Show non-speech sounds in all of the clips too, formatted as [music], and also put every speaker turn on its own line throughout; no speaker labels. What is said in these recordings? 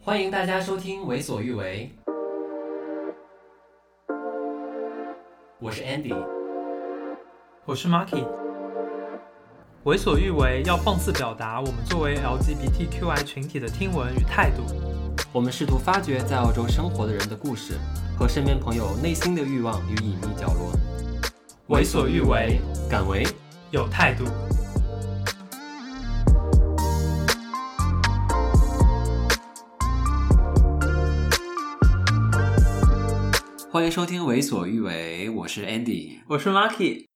欢迎大家收听《为所欲为》，我是 Andy。
我是 Marky。为所欲为，要放肆表达我们作为 LGBTQI 群体的听闻与态度。
我们试图发掘在澳洲生活的人的故事和身边朋友内心的欲望与隐秘角落。
为所欲为，
敢为。
有态度。
欢迎收听《为所欲为》，我是 Andy。
我是 Marky。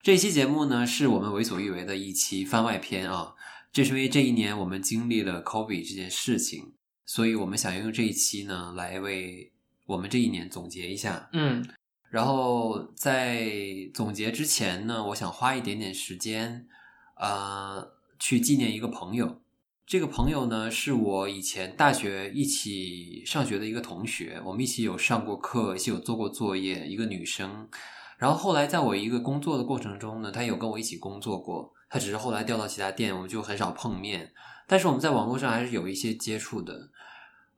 这期节目呢，是我们《为所欲为》的一期番外篇啊。这是因为这一年我们经历了 COVID 这件事情，所以我们想用这一期呢，来为我们这一年总结一下。
嗯
然后在总结之前呢，我想花一点点时间，呃，去纪念一个朋友。这个朋友呢，是我以前大学一起上学的一个同学，我们一起有上过课，一起有做过作业，一个女生。然后后来在我一个工作的过程中呢，她有跟我一起工作过，她只是后来调到其他店，我们就很少碰面。但是我们在网络上还是有一些接触的。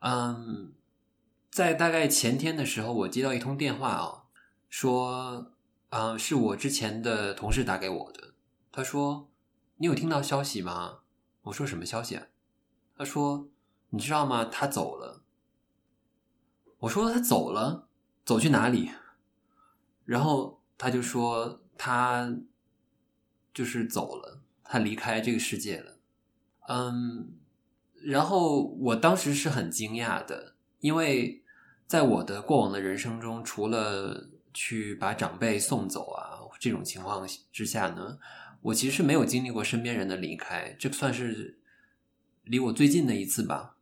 嗯，在大概前天的时候，我接到一通电话哦，说，嗯、是我之前的同事打给我的。他说：“你有听到消息吗？”我说：“什么消息啊？”他说：“你知道吗？他走了。”我说：“他走了，走去哪里？”然后他就说：“他就是走了，他离开这个世界了。”嗯，然后我当时是很惊讶的，因为在我的过往的人生中，除了去把长辈送走啊这种情况之下呢，我其实是没有经历过身边人的离开，这算是离我最近的一次吧。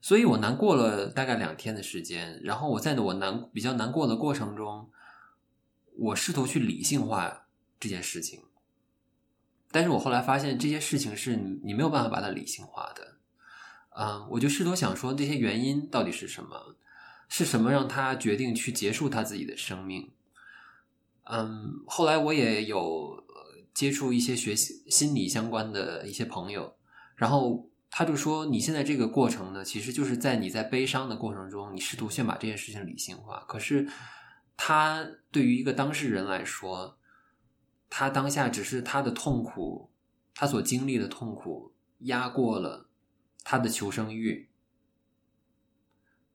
所以我难过了大概两天的时间，然后我在我难比较难过的过程中，我试图去理性化这件事情，但是我后来发现这些事情是你你没有办法把它理性化的，嗯，我就试图想说这些原因到底是什么，是什么让他决定去结束他自己的生命？嗯，后来我也有呃接触一些学习心理相关的一些朋友，然后他就说，你现在这个过程呢，其实就是在你在悲伤的过程中，你试图先把这件事情理性化。可是，他对于一个当事人来说，他当下只是他的痛苦，他所经历的痛苦压过了他的求生欲。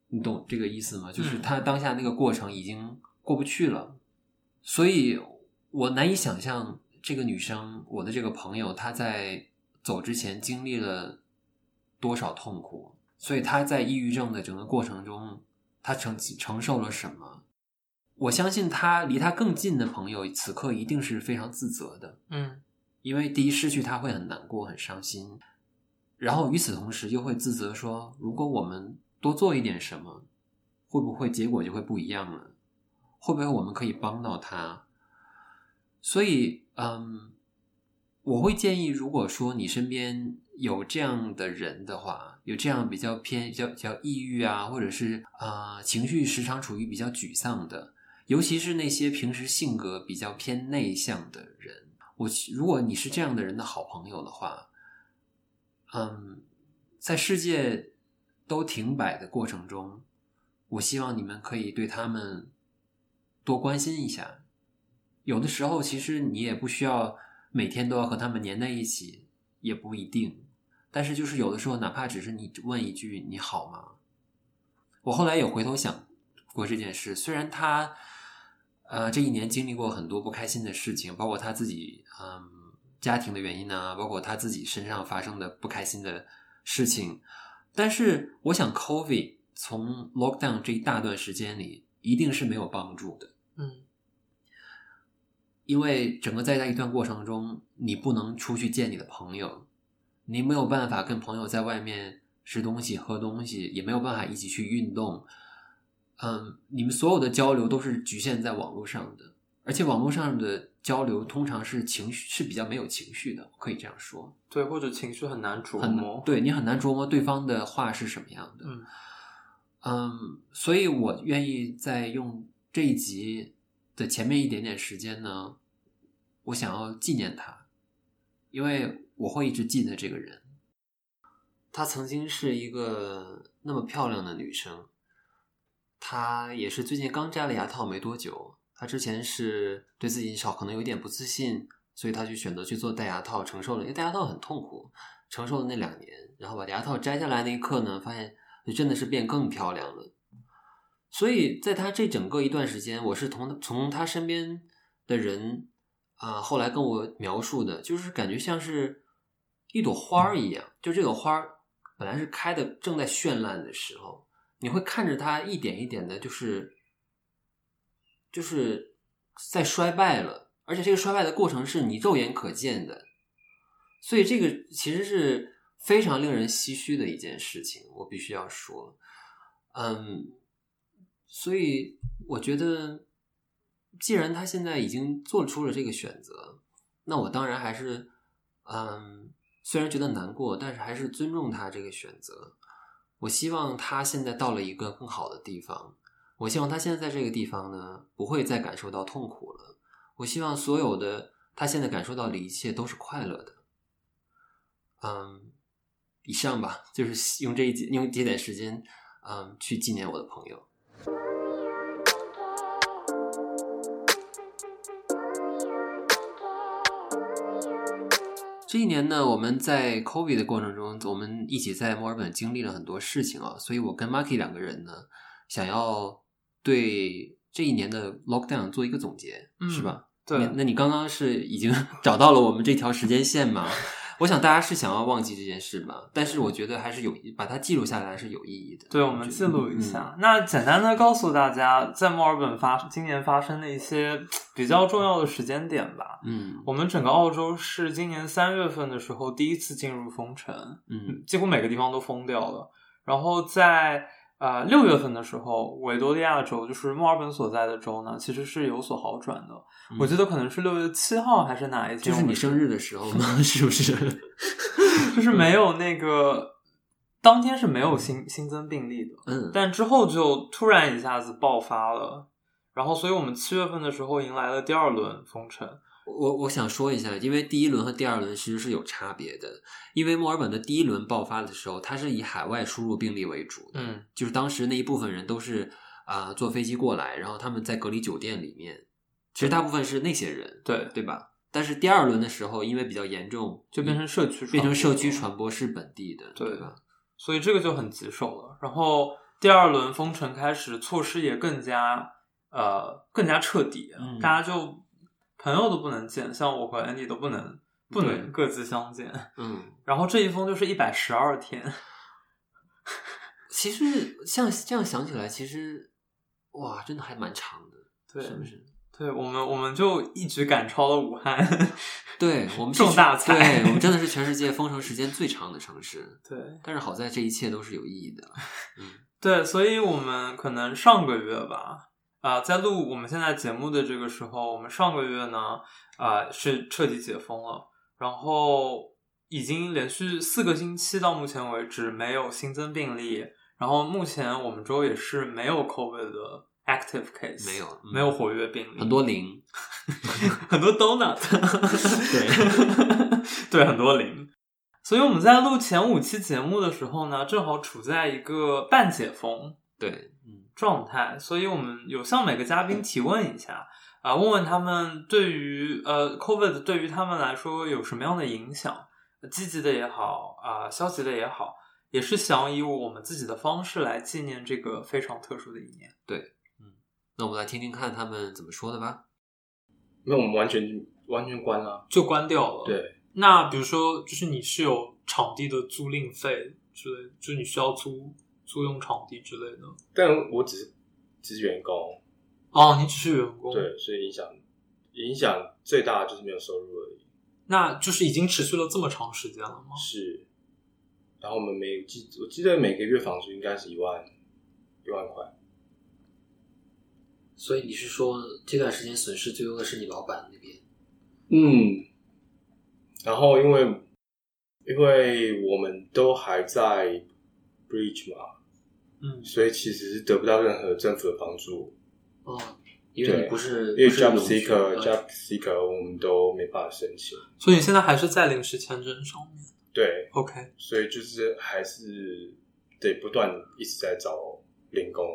你懂这个意思吗？就是
嗯
他当下那个过程已经过不去了，所以我难以想象这个女生，我的这个朋友，她在走之前经历了多少痛苦，所以她在抑郁症的整个过程中，她承承受了什么？我相信她离她更近的朋友，此刻一定是非常自责的，
嗯
因为第一失去她会很难过、很伤心，然后与此同时又会自责说，如果我们多做一点什么，会不会结果就会不一样了？会不会我们可以帮到他？所以，嗯，我会建议，如果说你身边有这样的人的话，有这样比较偏、比较比较抑郁啊，或者是啊、呃情绪时常处于比较沮丧的，尤其是那些平时性格比较偏内向的人，我其如果你是这样的人的好朋友的话，嗯，在世界都停摆的过程中，我希望你们可以对他们多关心一下。有的时候，其实你也不需要每天都要和他们粘在一起，也不一定。但是就是有的时候，哪怕只是你问一句“你好吗”，我后来有回头想过这件事。虽然他，呃，这一年经历过很多不开心的事情，包括他自己，嗯，家庭的原因啊，包括他自己身上发生的不开心的事情。但是我想，COVID 从 lockdown 这一大段时间里，一定是没有帮助的。
嗯
因为整个在那一段过程中，你不能出去见你的朋友，你没有办法跟朋友在外面吃东西、喝东西，也没有办法一起去运动。嗯，你们所有的交流都是局限在网络上的，而且网络上的交流通常是情绪是比较没有情绪的，可以这样说，
对，或者情绪很难琢
很
磨。，
对你很难琢磨对方的话是什么样的。
嗯
嗯，所以我愿意在用这一集的前面一点点时间呢，我想要纪念他，因为我会一直记得这个人。她曾经是一个那么漂亮的女生，她也是最近刚摘了牙套没多久。她之前是对自己少可能有点不自信，所以她就选择去做戴牙套，承受了因为戴牙套很痛苦，承受了那两年。然后把牙套摘下来那一刻呢，发现就真的是变更漂亮了。所以在她这整个一段时间，我是从从她身边的人啊、后来跟我描述的，就是感觉像是一朵花儿一样，就这个花儿本来是开的正在绚烂的时候，你会看着它一点一点的，就是就是在衰败了，而且这个衰败的过程是你肉眼可见的，所以这个其实是非常令人唏嘘的一件事情，我必须要说，嗯，所以我觉得，既然他现在已经做出了这个选择，那我当然还是，嗯，虽然觉得难过，但是还是尊重他这个选择。我希望他现在到了一个更好的地方，我希望他现在在这个地方呢，不会再感受到痛苦了。我希望所有的他现在感受到的一切都是快乐的。嗯，以上吧，就是用这一节用这点时间，嗯，去纪念我的朋友。这一年呢，我们在 COVID 的过程中，我们一起在墨尔本经历了很多事情啊，所以我跟 Marky 两个人呢，想要对这一年的 Lockdown 做一个总结，
嗯
是吧？那
对，
那你刚刚是已经 [laughs] 找到了我们这条时间线吗？我想大家是想要忘记这件事吧，但是我觉得还是有把它记录下来是有意义的。
对，我们
觉得
记录一下。那简单的告诉大家，在墨尔本发今年发生的一些比较重要的时间点吧。
嗯
我们整个澳洲是今年三月份的时候第一次进入封城，
嗯
几乎每个地方都封掉了。然后在呃六月份的时候，维多利亚州就是墨尔本所在的州呢，其实是有所好转的。
嗯
我记得可能是六月七号还是哪一
就
天，
是你生日的时候吗？ [laughs] 是不是？
就是没有那个当天是没有新新增病例的，
嗯，
但之后就突然一下子爆发了。然后，所以我们七月份的时候迎来了第二轮封城。
我我想说一下，因为第一轮和第二轮其实是有差别的。因为墨尔本的第一轮爆发的时候，它是以海外输入病例为主的，
嗯，
就是当时那一部分人都是啊、呃坐飞机过来，然后他们在隔离酒店里面，其实大部分是那些人，
对，
对吧？但是第二轮的时候，因为比较严重，
就变成社区传播
嗯变成社区传播是本地的，
对
对吧？
所以这个就很棘手了。然后第二轮封城开始，措施也更加呃更加彻底，
嗯
大家就朋友都不能见，像我和 Andy 都不能不
对
能各自相见。
嗯，
然后这一封就是一百十二天，
其实像这样想起来，其实哇，真的还蛮长的，
对，
是不
[laughs]
是？
对我们我们就一举赶超了武汉， [laughs]
对我们是
中大
全
菜
对我们真的
[laughs]
是全世界封城时间最长的城市。
对
但是好在这一切都是有意义的。嗯
对，所以我们可能上个月吧，啊、在录我们现在节目的这个时候，我们上个月呢，啊、是彻底解封了，然后已经连续四个星期到目前为止没有新增病例，然后目前我们州也是没有 COVID 的 active case，
没有嗯
没有活跃病例，
很多零，
很多 donut，
[laughs] 对
对，很多零。所以我们在录前五期节目的时候呢，正好处在一个半解封
对，嗯
状态，所以我们有向每个嘉宾提问一下啊、问问他们对于呃 COVID 对于他们来说有什么样的影响，积极的也好啊、消极的也好，也是想以我们自己的方式来纪念这个非常特殊的一年。
那我们来听听看他们怎么说的吧。
那我们完全完全关了。
就关掉了。
对，
那比如说，就是你是有场地的租赁费之类，就你需要租租用场地之类的。
但我只是只是员工，
哦，你只是员工，，
对，所以影响影响最大的就是没有收入而已。
那就是已经持续了这么长时间了
哦
吗？
是，然后我们每记我记得每个月房租应该是一万一万块，
所以你是说这段时间损失最多的是你老板那边？
嗯，然后因为因为我们都还在 bridge 嘛，
嗯，
所以其实是得不到任何政府的帮助，
哦，因
为你不
是呃
因为 job seeker job seeker 我们都没办法申请。
所以你现在还是在临时签证上面。
对，
OK，
所以就是还是得不断地一直在找零工。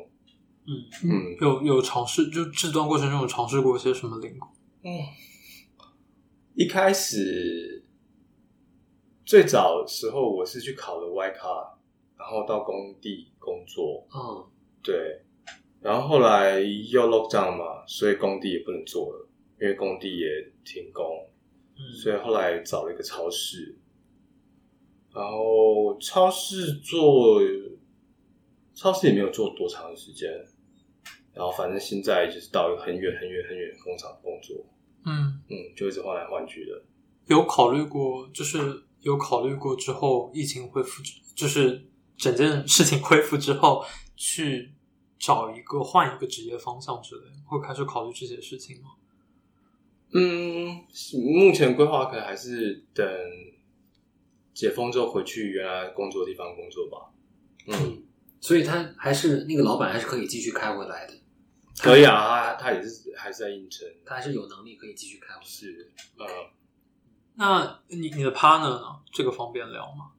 嗯，
嗯，
有有尝试，就制作过程中有尝试过一些什么零工？
嗯一开始最早的时候我是去考了 Y 卡，然后到工地工作，
嗯
对，然后后来又 lockdown 嘛，所以工地也不能做了，因为工地也停工，所以后来找了一个超市，然后超市做，超市也没有做多长的时间，然后反正现在就是到一个很远很远很远的工厂工作，
嗯，
嗯，就一直换来换去的。
有考虑过，就是有考虑过之后疫情恢复之，就是整件事情恢复之后去找一个换一个职业方向之类的，会开始考虑这些事情吗？
嗯，目前规划可能还是等解封之后回去原来工作的地方工作吧。嗯，
嗯，所以他还是那个老板还是可以继续开回来的，
可以啊，他他也是还是在应征，
他还是有能力可以继续开回来。
是呃，
那你你的 partner 呢？这个方便聊吗？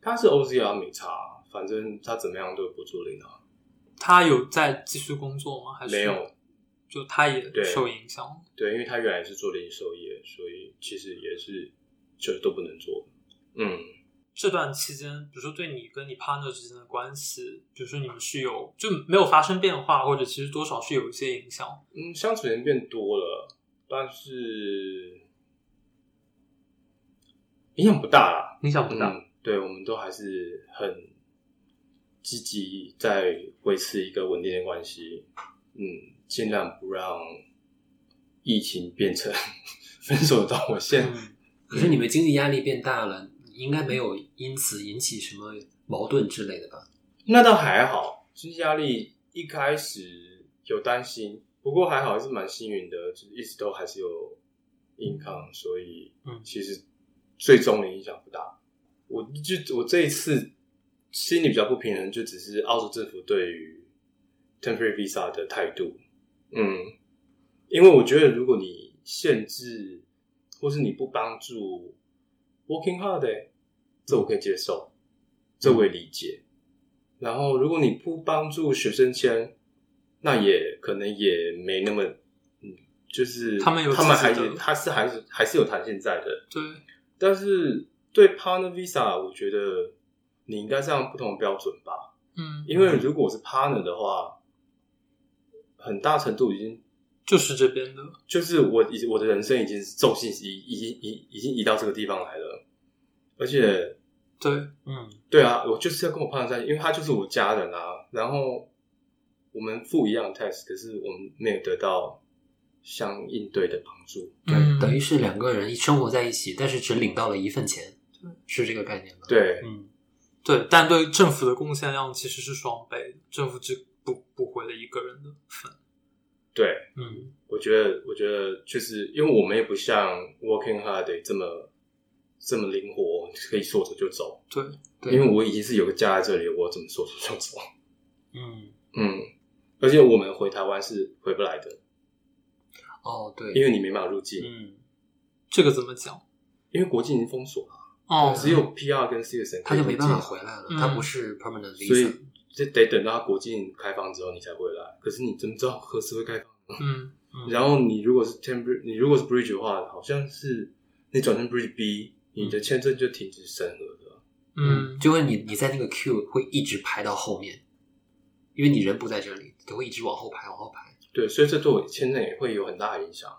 他是 OZR 没差，反正他怎么样都不做领啊。
他有在继续工作吗？还是
没有？
就他也
对
受影响了。
对，因为他原来是做零售业，所以其实也是就都不能做。嗯，
这段期间，比如说对你跟你 partner 之间的关系，比如说你们是有就没有发生变化，或者其实多少是有一些影响。
嗯，相处人变多了，但是影响不大啦。
影响不大。
嗯，对，我们都还是很积极在维持一个稳定的关系。嗯，尽量不让疫情变成 [laughs] 分手的导火线。
嗯
可是你们经济压力变大了，应该没有因此引起什么矛盾之类的吧？
那倒还好，经济压力一开始有担心，不过还好还是蛮幸运的，就是一直都还是有 income，所以
嗯
其实最终的影响不大。我就我这一次心里比较不平衡，就只是澳洲政府对于 temporary visa 的态度，嗯，因为我觉得如果你限制或是你不帮助 working hard，的、这我可以接受，这我也理解。然后如果你不帮助学生签，那也可能也没那么，嗯，就是
他们有
他们
自
还
己的
是他是还是还是有弹性在的，
对，
但是对 partner visa，我觉得你应该是按不同的标准吧。
嗯，
因为如果我是 partner 的话，很大程度已经
就是这边的，
就是我已我的人生已经是重心移已经移已经移到这个地方来了，而且
对，嗯，
对啊，我就是要跟我 partner 在一起，因为他就是我家人啊。然后我们付一样的 tax，可是我们没有得到相应对的帮助。
嗯
等于是两个人生活在一起，但是只领到了一份钱，是这个概念吧？，
对，
嗯，
对，但对政府的贡献量其实是双倍的，政府只补补回了一个人的份。
[laughs] 对，
嗯
我觉得，我觉得就是因为我们也不像 Working Holiday 这么这么灵活，可以说走就走。
对，
对
因为我已经是有个家在这里，我怎么说走就走？
嗯，
嗯，而且我们回台湾是回不来的，
哦，对，
因为你没办法入境，
嗯，
这个怎么讲？
因为国境已经封锁了，
哦，
只有 PR 跟 citizen
他就没办法
可
回
以
来了，
嗯
他不是 permanent
入境，所
visa，
以就得等到国境开放之后你才回来。可是你真不知道何时会开放？
嗯嗯，
然后你如果是 temporary，你如果是 bridge 的话，好像是你转成 bridge B，你的签证就停止审核了。
嗯，
就会你你在那个 queue 会一直排到后面，因为你人不在这里，就会一直往后排，往后排。
对，所以这对我签证也会有很大的影响。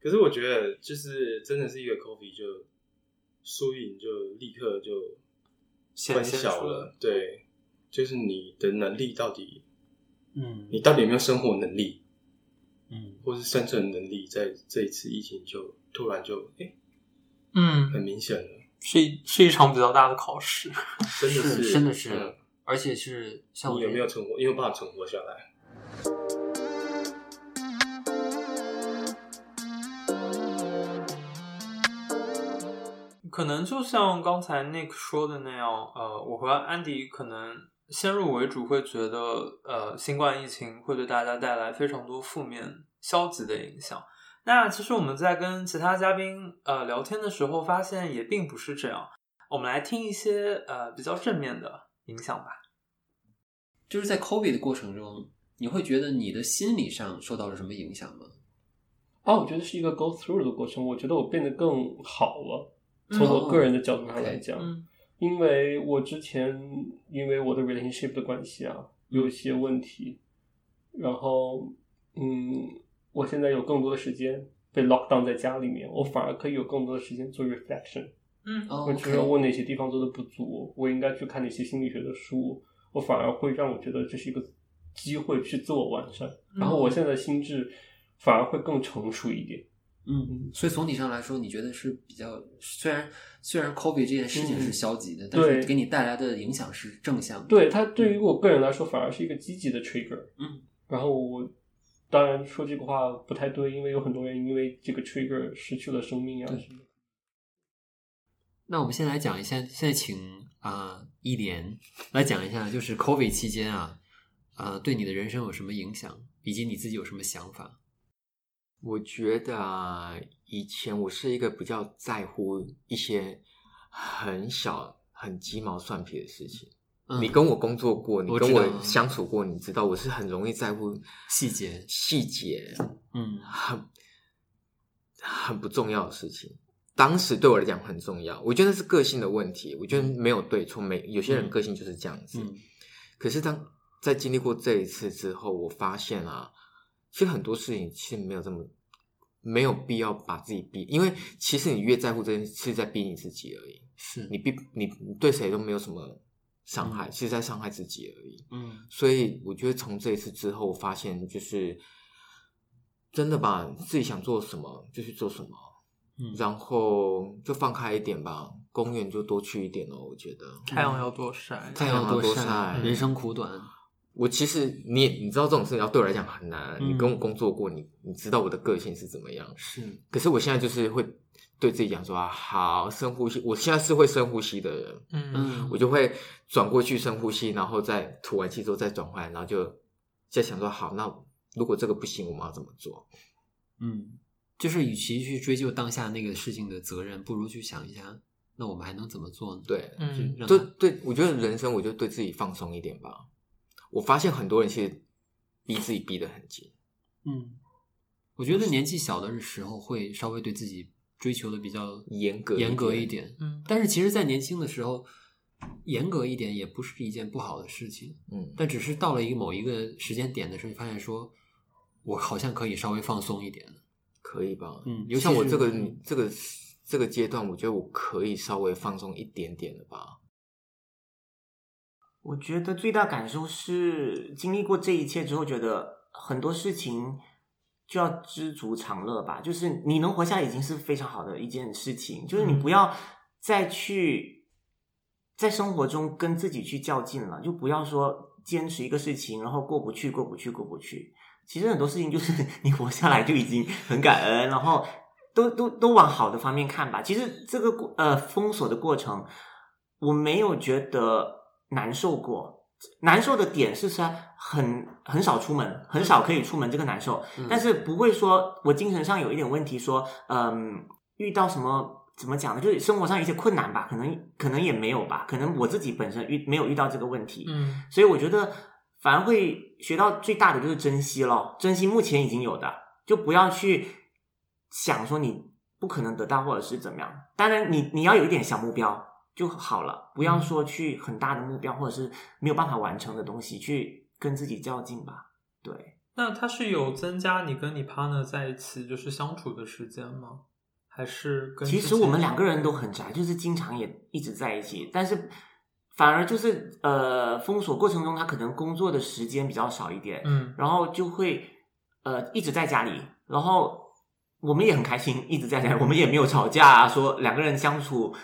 可是我觉得，就是真的是一个 coffee 就输赢就立刻就
显
分
现
晓
出
了
来。，
对，就是你的能力到底，
嗯
你到底有没有生活能力，
嗯
或是生存能力，在这一次疫情就突然就哎、
嗯，
很明显了，
是一是一场比较大的考试。
真的
是
是
真的是
嗯
而且是像我
你有没有存活，你有办法存活下来？
可能就像刚才 Nick 说的那样，呃，我和安迪可能先入为主会觉得，呃，新冠疫情会对大家带来非常多负面、消极的影响。那其实我们在跟其他嘉宾呃聊天的时候，发现也并不是这样。我们来听一些呃比较正面的影响吧。
就是在 COVID 的过程中，你会觉得你的心理上受到了什么影响吗？
啊，我觉得是一个 go through 的过程。我觉得我变得更好了，从我个人的角度上来讲，
嗯
因为我之前因为我的 relationship 的关系啊，有一些问题，然后嗯，我现在有更多的时间被 lock down 在家里面，我反而可以有更多的时间做 reflection。
嗯
哦
我觉得
OK
我哪些地方做的不足，我应该去看哪些心理学的书，我反而会让我觉得这是一个机会去自我完善。然后我现在心智反而会更成熟一点。
嗯，所以总体上来说，你觉得是比较虽然虽然 COVID 这件事情是
嗯
消极的，但
对
是给你带来的影响是正向的。
对它对于我个人来说，反而是一个积极的 trigger。
嗯，
然后我当然说这个话不太对，因为有很多人因为这个 trigger 失去了生命啊
对
什么的。
那我们先来讲一下，现在请啊、呃一莲来讲一下，就是 COVID 期间啊，呃，对你的人生有什么影响，以及你自己有什么想法？
我觉得啊以前我是一个比较在乎一些很小、很鸡毛蒜皮的事情。
嗯，
你跟我工作过，你
我
跟
知道
我相处过，你知道我是很容易在乎
细节
细节
嗯
很很不重要的事情。当时对我来讲很重要，我觉得那是个性的问题，我觉得没有对错，没有些人个性就是这样子。
嗯
可是当在经历过这一次之后，我发现啊，其实很多事情其实没有这么没有必要把自己逼，因为其实你越在乎这件事，是在逼你自己而已。
是
你逼你你对谁都没有什么伤害，是在伤害自己而已。
嗯
所以我觉得从这一次之后，我发现就是真的把自己想做什么就去做什么，
嗯
然后就放开一点吧，公园就多去一点哦。我觉得
太阳要多晒，
太阳要多晒
人生苦短，
我其实你也你知道这种事情要对我来讲很难，
嗯
你跟我工作过，你你知道我的个性是怎么样。
是
可是我现在就是会对自己讲说啊，好，深呼吸。我现在是会深呼吸的人，
嗯
嗯，
我就会转过去深呼吸，然后再吐完气之后再转回来，然后就在想说，好，那如果这个不行，我们要怎么做？
嗯，就是与其去追究当下那个事情的责任，不如去想一下，那我们还能怎么做呢？
对，
是
嗯
让
对
它
对，我觉得人生，我就对自己放松一点吧。我发现很多人其实逼自己逼得很紧，
嗯，我觉得年纪小的时候会稍微对自己追求的比较
严格
严格一
点。
点，
嗯
但是其实，在年轻的时候，严格一点也不是一件不好的事情。
嗯，
但只是到了一个某一个时间点的时候，你发现说，我好像可以稍微放松一点了。
可以吧？
嗯尤其
像我
是
这个
嗯
这个这个阶段，我觉得我可以稍微放松一点点了吧。
我觉得最大感受是经历过这一切之后，觉得很多事情就要知足常乐吧。就是你能活下来已经是非常好的一件事情，就是你不要再去在生活中跟自己去较劲了，就不要说坚持一个事情，然后过不去，过不去，过不去。其实很多事情就是 [laughs] 你活下来就已经很感恩，然后都都都往好的方面看吧。其实这个过呃封锁的过程，我没有觉得难受过。难受的点是说很很少出门，很少可以出门这个难受，但是不会说我精神上有一点问题说，嗯遇到什么怎么讲呢？就是生活上一些困难吧，可能可能也没有吧，可能我自己本身遇没有遇到这个问题，
嗯
所以我觉得反而会学到最大的就是珍惜咯，珍惜目前已经有的，就不要去想说你不可能得到或者是怎么样。当然你，你要有一点小目标就好了，不要说去很大的目标或者是没有办法完成的东西去跟自己较劲吧。对，
那它是有增加你跟你 partner 在一起就是相处的时间吗？还是跟
其
之
实
前
我们两个人都很宅，就是经常也一直在一起，但是。反而就是呃，封锁过程中，他可能工作的时间比较少一点，
嗯
然后就会呃一直在家里，然后我们也很开心，一直在家里，我们也没有吵架啊，说两个人相处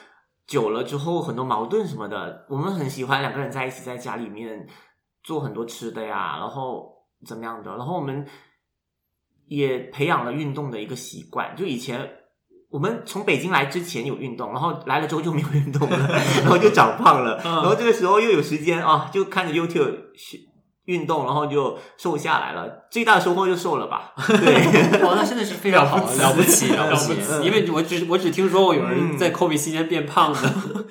久了之后很多矛盾什么的，我们很喜欢两个人在一起，在家里面做很多吃的呀，然后怎么样的，然后我们也培养了运动的一个习惯，就以前。我们从北京来之前有运动，然后来了 [laughs] 之后就没有运动了，然后就长胖了，
嗯
然后这个时候又有时间啊，就看着 YouTube 学运动，然后就瘦下来了。最大的收获就瘦了吧？对，
哇，哦那真的是非常好，了不起，了不起！
了
嗯
不起
因为我只我只听说过有人
嗯
在 COVID 期间变胖的。
[laughs]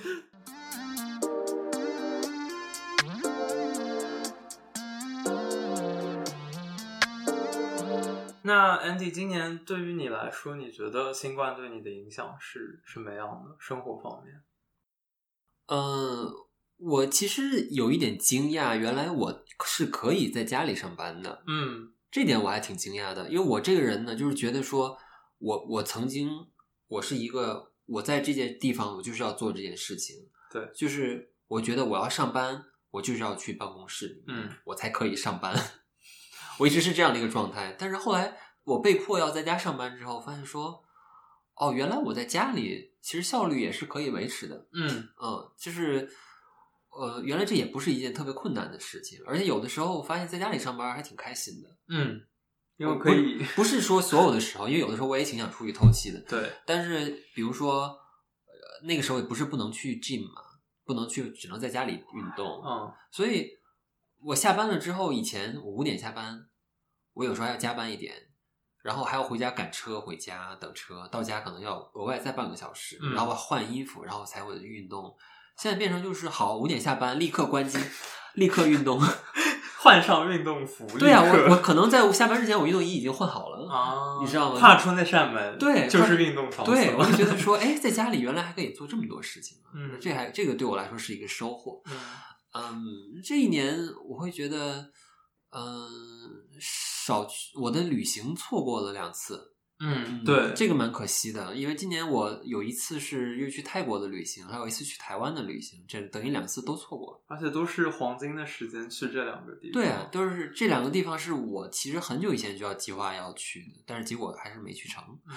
那 Andy，今年对于你来说，你觉得新冠对你的影响是什么样的？生活方面，
嗯，我其实有一点惊讶，原来我是可以在家里上班的，
嗯
这点我还挺惊讶的，因为我这个人呢，就是觉得说我我曾经我是一个我在这件地方我就是要做这件事情，
对
就是我觉得我要上班，我就是要去办公室里面
嗯
我才可以上班。 [laughs] 我一直是这样的一个状态，但是后来我被迫要在家上班之后，发现说，哦，原来我在家里其实效率也是可以维持的，
嗯
嗯，就是呃，原来这也不是一件特别困难的事情，而且有的时候发现在家里上班还挺开心的，
嗯，因为可以
不是说所有的时候，因为有的时候我也挺想出去透气的，
对，
但是比如说呃那个时候也不是不能去 gym 嘛，不能去，只能在家里运动，
嗯
所以我下班了之后，以前我五点下班，我有时候还要加班一点，然后还要回家赶车回家等车，到家可能要额外再半个小时，
嗯
然后我换衣服，然后才会运动。现在变成就是好，五点下班立刻关机，立刻运动。 [laughs]
换上运动服，
对啊，
立刻
我我可能在下班之前，我运动衣已经换好了。
啊，
你知道吗
跨出那扇门，
对
就是运动场所， [laughs]
对，我就觉得说，哎，在家里原来还可以做这么多事情啊，
嗯
这还这个对我来说是一个收获。
嗯
嗯，这一年我会觉得，嗯、少去我的旅行错过了两次，
嗯，对，
这个蛮可惜的，因为今年我有一次是又去泰国的旅行，还有一次去台湾的旅行，这等于两次都错过了。
而且都是黄金的时间去这两个地方，
对啊，都是这两个地方是我其实很久以前就要计划要去的，但是结果还是没去成。
嗯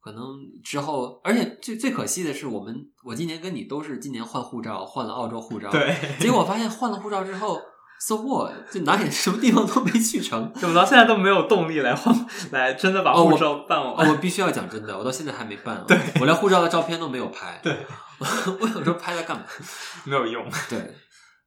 可能之后，而且最最可惜的是，我们我今年跟你都是今年换护照，换了澳洲护照，，
对，
结果发现换了护照之后，so what，就哪里 [laughs] 什么地方都没去成。
怎么到现在都没有动力来换，来真的把
哦我
护照办
哦，
完？
我必须要讲真的，我到现在还没办、对，我连护照的照片都没有拍。
对，
[laughs] 我有时候拍它干嘛？
没有用。 [laughs]
对，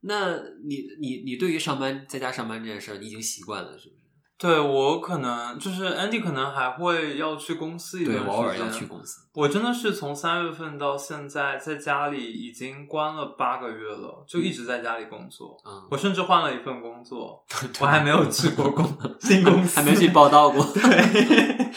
那你你你对于上班在家上班这件事儿，你已经习惯了是不是？
对我可能就是 Andy 可能还会要去公司一段
对，
时间，
我偶尔要去公司。
我真的是从三月份到现在，在家里已经关了八个月了，就一直在家里工作。
嗯，
我甚至换了一份工作，
对
我还没有去过
[laughs]
公新公司，
还没去报道过。
对，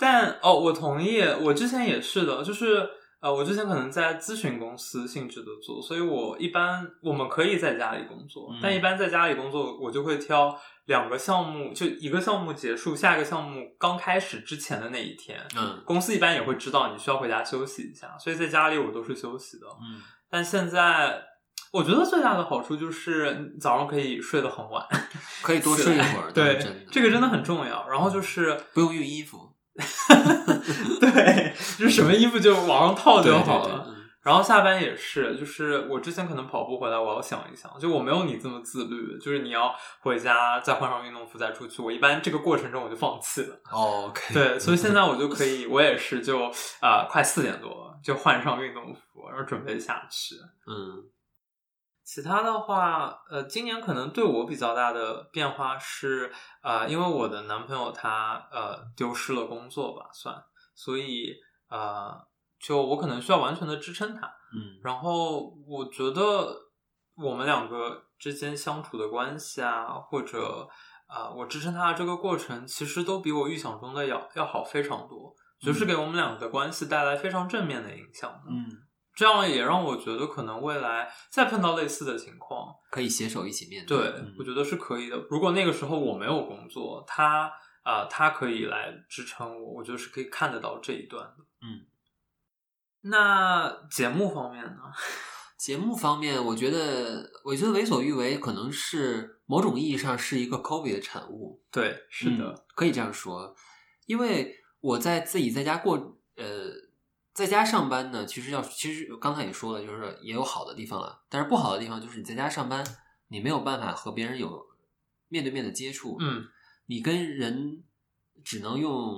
但哦，我同意，我之前也是的，就是呃，我之前可能在咨询公司性质的做，所以我一般我们可以在家里工作，
嗯
但一般在家里工作，我就会挑两个项目，就一个项目结束，下一个项目刚开始之前的那一天。
嗯
公司一般也会知道你需要回家休息一下，所以在家里我都是休息的。
嗯，
但现在我觉得最大的好处就是早上可以睡得很晚，
可以多睡一会儿。
对
倒是真的，嗯
这个真的很重要。然后就是
不用熨衣服，
对，就是什么衣服就往上套就
对
好
对
了。
对嗯
然后下班也是，就是我之前可能跑步回来，我要想一想，就我没有你这么自律，就是你要回家再换上运动服再出去。我一般这个过程中我就放弃了。
哦，OK。
对，所以现在我就可以，我也是就啊、呃快四点多了就换上运动服，然后准备下去。
嗯
其他的话，呃，今年可能对我比较大的变化是，呃，因为我的男朋友他呃丢失了工作吧，算，所以呃，就我可能需要完全的支撑他。
嗯
然后我觉得我们两个之间相处的关系啊，或者啊、呃我支撑他的这个过程，其实都比我预想中的要要好非常多，就是给我们两个的关系带来非常正面的影响的。
嗯，
这样也让我觉得可能未来再碰到类似的情况，
可以携手一起面对。
对、
嗯
我觉得是可以的。如果那个时候我没有工作，他啊、呃他可以来支撑我，我觉得是可以看得到这一段的。
嗯，
那节目方面呢？
节目方面，我觉得我觉得为所欲为可能是某种意义上是一个 COVID 的产物。
对，是的，
嗯可以这样说，因为我在自己在家过，呃，在家上班呢，其实要其实刚才也说了，就是也有好的地方了，但是不好的地方就是你在家上班，你没有办法和别人有面对面的接触，，
嗯
你跟人只能用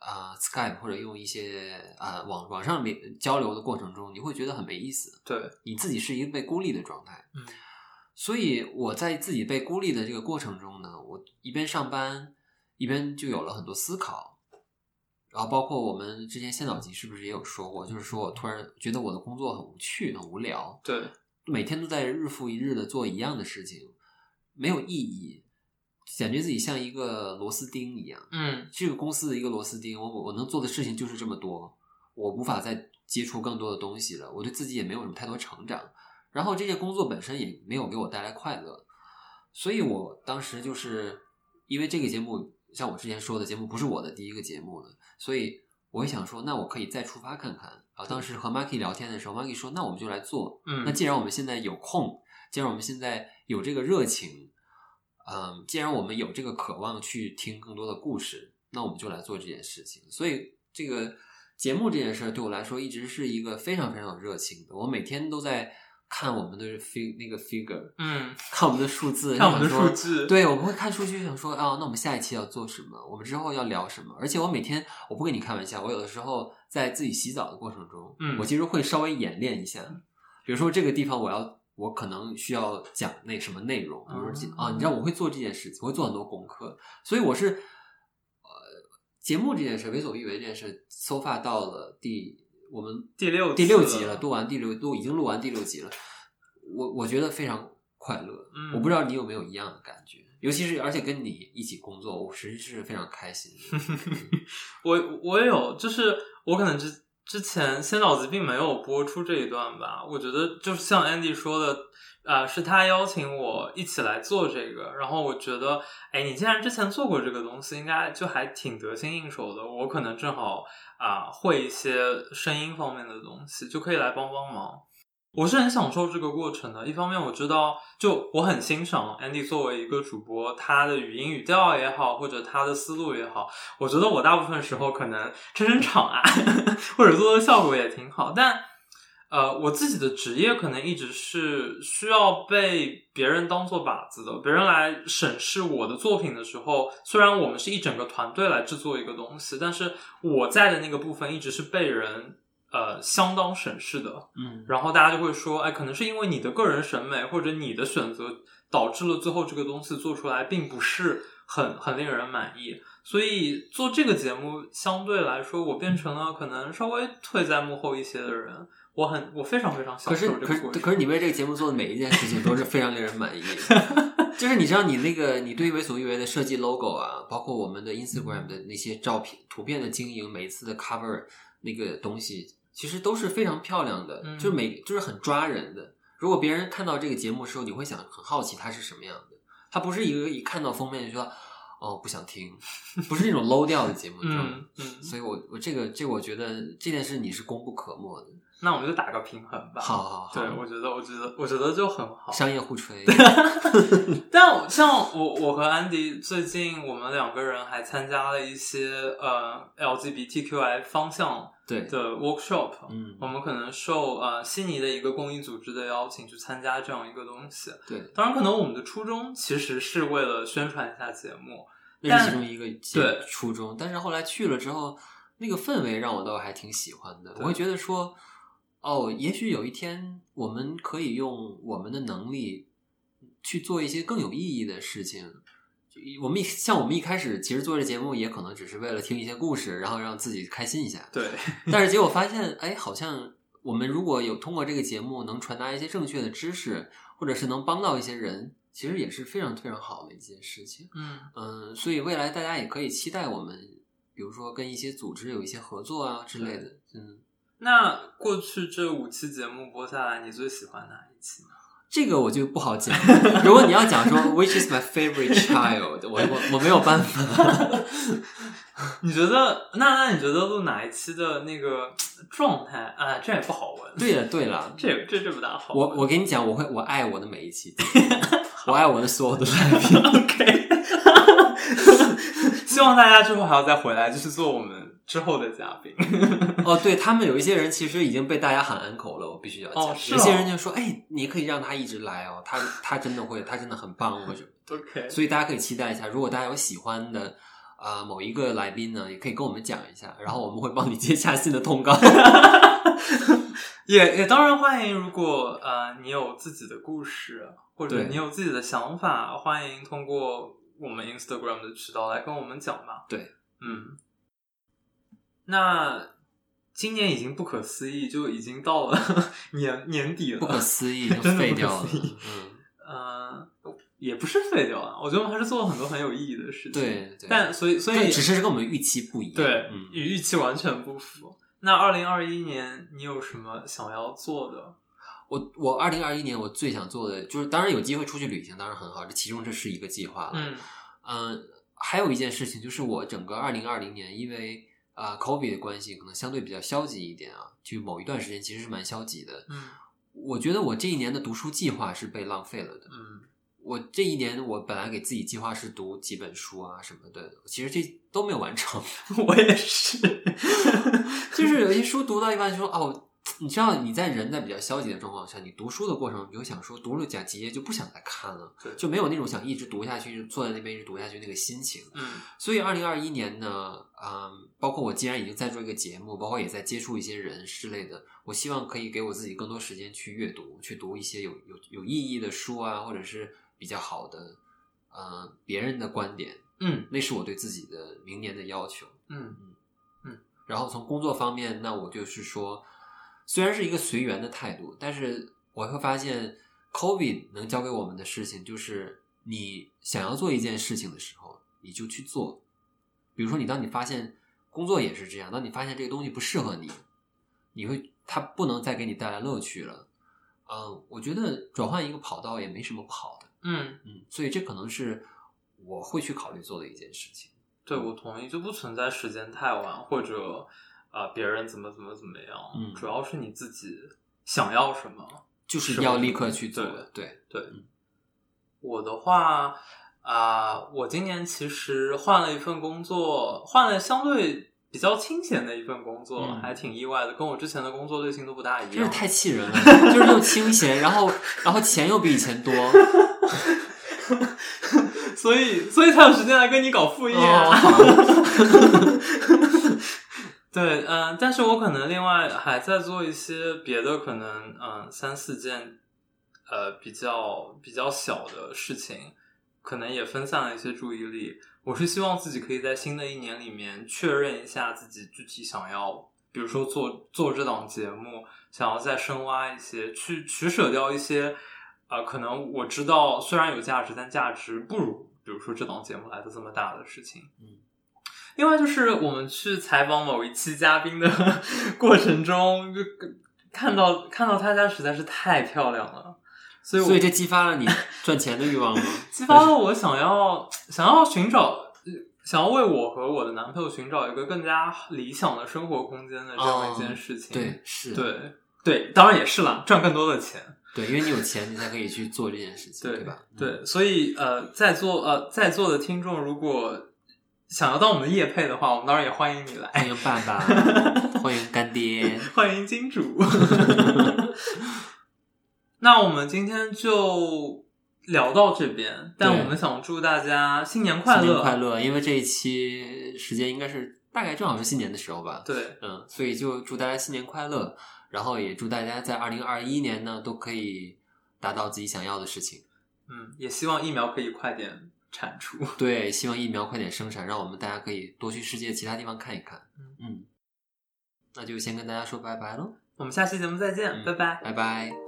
啊、呃 Skype 或者用一些啊、呃网网上面交流的过程中，你会觉得很没意思，
对，
你自己是一个被孤立的状态。
嗯
所以我在自己被孤立的这个过程中呢，我一边上班，一边就有了很多思考。然后包括我们之前先导集是不是也有说过，就是说我突然觉得我的工作很无趣、很无聊，
对，
每天都在日复一日的做一样的事情，没有意义，感觉自己像一个螺丝钉一样。
嗯
这个公司的一个螺丝钉，我我我能做的事情就是这么多，我无法再接触更多的东西了，我对自己也没有什么太多成长，然后这些工作本身也没有给我带来快乐，所以我当时就是因为这个节目，像我之前说的节目不是我的第一个节目了，所以我也想说，那我可以再出发看看。然后当时和 Marky 聊天的时候，Marky 说，那我们就来做，
嗯
那既然我们现在有空，既然我们现在有这个热情，嗯，既然我们有这个渴望去听更多的故事，那我们就来做这件事情。所以这个节目这件事儿对我来说一直是一个非常非常有热情的。我每天都在看我们的 fig 那个 figure，
嗯，
看我们的数字，
看我们的
就想
数
说
据，，
对，我们会看数据，想说啊，那我们下一期要做什么？我们之后要聊什么？而且我每天，我不跟你开玩笑，我有的时候在自己洗澡的过程中，
嗯
我其实会稍微演练一下，比如说这个地方我要，我可能需要讲那什么内容，比如说这
哦
啊，你知道我会做这件事情，我会做很多功课，所以我是呃，节目这件事，为所欲为这件事，so far 到了第我们
第六
第六
次
集
了
了，录完第六录已经录完第六集了，我我觉得非常快乐。
嗯
我不知道你有没有一样的感觉，尤其是而且跟你一起工作，我实际是非常开心的。
我我也有，就是我可能之之前先脑子并没有播出这一段吧。我觉得就是像 Andy 说的，啊、是他邀请我一起来做这个，然后我觉得，哎，你既然之前做过这个东西，应该就还挺得心应手的。我可能正好啊、会一些声音方面的东西，就可以来帮帮忙。我是很享受这个过程的。一方面，我知道，就我很欣赏 Andy 作为一个主播，他的语音语调也好，或者他的思路也好，我觉得我大部分时候可能撑撑场啊， [laughs] 或者做做效果也挺好，但呃，我自己的职业可能一直是需要被别人当做靶子的，别人来审视我的作品的时候，虽然我们是一整个团队来制作一个东西，但是我在的那个部分一直是被人呃相当审视的，
嗯，
然后大家就会说，哎，可能是因为你的个人审美或者你的选择，导致了最后这个东西做出来并不是很很令人满意。所以做这个节目相对来说，我变成了可能稍微退在幕后一些的人。我很，我非常非常享
可是
受这
可
个
是
过
可
程。
是你为这个节目做的每一件事情都是非常令人满意的。 [laughs] 就是你知道你那个你对为所欲为的设计 logo 啊，包括我们的 Instagram 的那些照片、图片的经营，每一次的 cover 那个东西，其实都是非常漂亮的，
嗯
就是每就是很抓人的。如果别人看到这个节目的时候，你会想很好奇它是什么样的，它不是一个一看到封面就说哦不想听， [laughs] 不是那种 low 调的节目，你知道吗？
嗯嗯，
所以我我这个这个我觉得这件事你是功不可没的，
那我们就打个平衡吧。
好好好，
对，我觉得，我觉得，我觉得就很好。
商业互吹，嗯
但我像我，我和安迪最近我们两个人还参加了一些呃 LGBTQI 方向
对，
的 workshop，
嗯
我，们可能受呃悉尼的一个公益组织的邀请去参加这样一个东西。
对，
当然，可能我们的初衷其实是为了宣传一下节目。
那
但
是其中一个
对
初衷。但是后来去了之后，那个氛围让我倒还挺喜欢的。我会觉得说，哦，也许有一天我们可以用我们的能力去做一些更有意义的事情。就我们一像我们一开始其实做这节目也可能只是为了听一些故事，然后让自己开心一下。
对，
但是结果发现，哎，好像我们如果有通过这个节目能传达一些正确的知识，或者是能帮到一些人，其实也是非常非常好的一件事情。
嗯
嗯，所以未来大家也可以期待我们，比如说跟一些组织有一些合作啊之类的。嗯，
那过去这五期节目播下来，你最喜欢哪一期呢？ [laughs]
这个我就不好讲了。如果你要讲说 [laughs] “Which is my favorite child”，我我我没有办法。
你觉得？那那你觉得录哪一期的那个状态啊？这也不好闻。
对了对了，
这也这这不大好
我
闻。
我跟你讲，我会我爱我的每一期， [laughs] 我爱我的所有的
[laughs]
来宾。
OK，希望大家之后还要再回来，就是做我们之后的嘉宾。
哦，对他们有一些人其实已经被大家喊 uncle 了，我必须要讲。
哦是
有些
哦
人就说：“哎，你可以让他一直来哦，他他真的会，他真的很棒，或者
OK，
所以大家可以期待一下，如果大家有喜欢的啊、呃某一个
[laughs]
来宾呢，也可以跟我们讲一下，然后我们会帮你接下新的通告。
也也当然欢迎，如果呃你有自己的故事或者
对
你有自己的想法，欢迎通过我们 Instagram 的渠道来跟我们讲吧。
对，
嗯，那今年已经不可思议，就已经到了 [laughs] 年年底了，
不可思议
真
就
的
废
不可
掉了
思。议。
嗯，
嗯、也不是废掉啊，我觉得我们还是做了很多很有意义的事情。
对，对
但所以所以
但只是跟我们预期不一样。
对，
嗯，
与预期完全不符。那二零二一年你有什么想要做的？
我我二零二一年我最想做的就是，当然有机会出去旅行，当然很好，这其中这是一个计划了。
嗯
嗯，还有一件事情就是我整个二零二零年，因为呃 COVID 的关系，可能相对比较消极一点啊，就某一段时间其实是蛮消极的。
嗯
我觉得我这一年的读书计划是被浪费了的。
嗯
我这一年我本来给自己计划是读几本书啊什么的，其实这都没有完成。 [laughs]
我也 [laughs] 是。
就是有些书读到一半说哦，你知道你在人在比较消极的状况下，你读书的过程，你就想说读了几几页就不想再看了
对，
就没有那种想一直读下去，一直坐在那边一直读下去那个心情。
嗯
所以，二零二一年呢，嗯，包括我既然已经在做一个节目，包括也在接触一些人之类的，我希望可以给我自己更多时间去阅读，去读一些有有有意义的书啊，或者是比较好的，呃，别人的观点，
嗯
那是我对自己的明年的要求。
嗯
然后从工作方面，那我就是说，虽然是一个随缘的态度，但是我会发现，COVID 能教给我们的事情就是，你想要做一件事情的时候，你就去做。比如说，你当你发现工作也是这样，当你发现这个东西不适合你，你会它不能再给你带来乐趣了。嗯，我觉得转换一个跑道也没什么不好的。
嗯，
嗯，所以这可能是我会去考虑做的一件事情。
对，我同意，就不存在时间太晚或者啊、呃别人怎么怎么怎么样，
嗯
主要是你自己想要什么。
就是
是
要
吗
立刻去做
对，
对，
我的话啊、我今年其实换了一份工作，换了相对。比较清闲的一份工作，
嗯
还挺意外的，跟我之前的工作类型都不大一样。
真是太气人了， [laughs] 就是又清闲，然后然后钱又比以前多，
所以所以才有时间来跟你搞副业啊。 [laughs] 对，嗯、但是我可能另外还在做一些别的，可能嗯、呃三四件，呃，比较比较小的事情，可能也分散了一些注意力。我是希望自己可以在新的一年里面确认一下自己具体想要，比如说做做这档节目，想要再深挖一些，去取舍掉一些，啊、可能我知道虽然有价值，但价值不如比如说这档节目来的这么大的事情。
嗯，
另外就是我们去采访某一期嘉宾的 [laughs] 过程中，就看到看到他家实在是太漂亮了，所以我
所以这激发了你赚钱的欲望吗？
激发了我想要想要寻找，呃想要为我和我的男朋友寻找一个更加理想的生活空间的这样一件事情。
啊对，是，
[laughs] 对对，当然也是啦，赚更多的钱。
对，因为你有钱，你才可以去做这件事情，
对
对吧？嗯，
对，所以呃，在座呃在座的听众，如果想要当我们的业配的话，我们当然也欢迎你来，
欢迎爸
[laughs]
爸，欢迎干爹，
欢迎
[laughs]
金主。 [laughs] 那我们今天就聊到这边，但
对
我们想祝大家新年快
新
乐，
年快乐！因为这一期时间应该是大概正好是新年的时候吧，
对，
嗯，所以就祝大家新年快乐，然后也祝大家在二零二一年呢都可以达到自己想要的事情。
嗯，也希望疫苗可以快点产出。
对，希望疫苗快点生产，让我们大家可以多去世界其他地方看一看
嗯。
嗯，那就先跟大家说拜拜喽，
我们下期节目再见，
嗯
拜拜。
拜拜。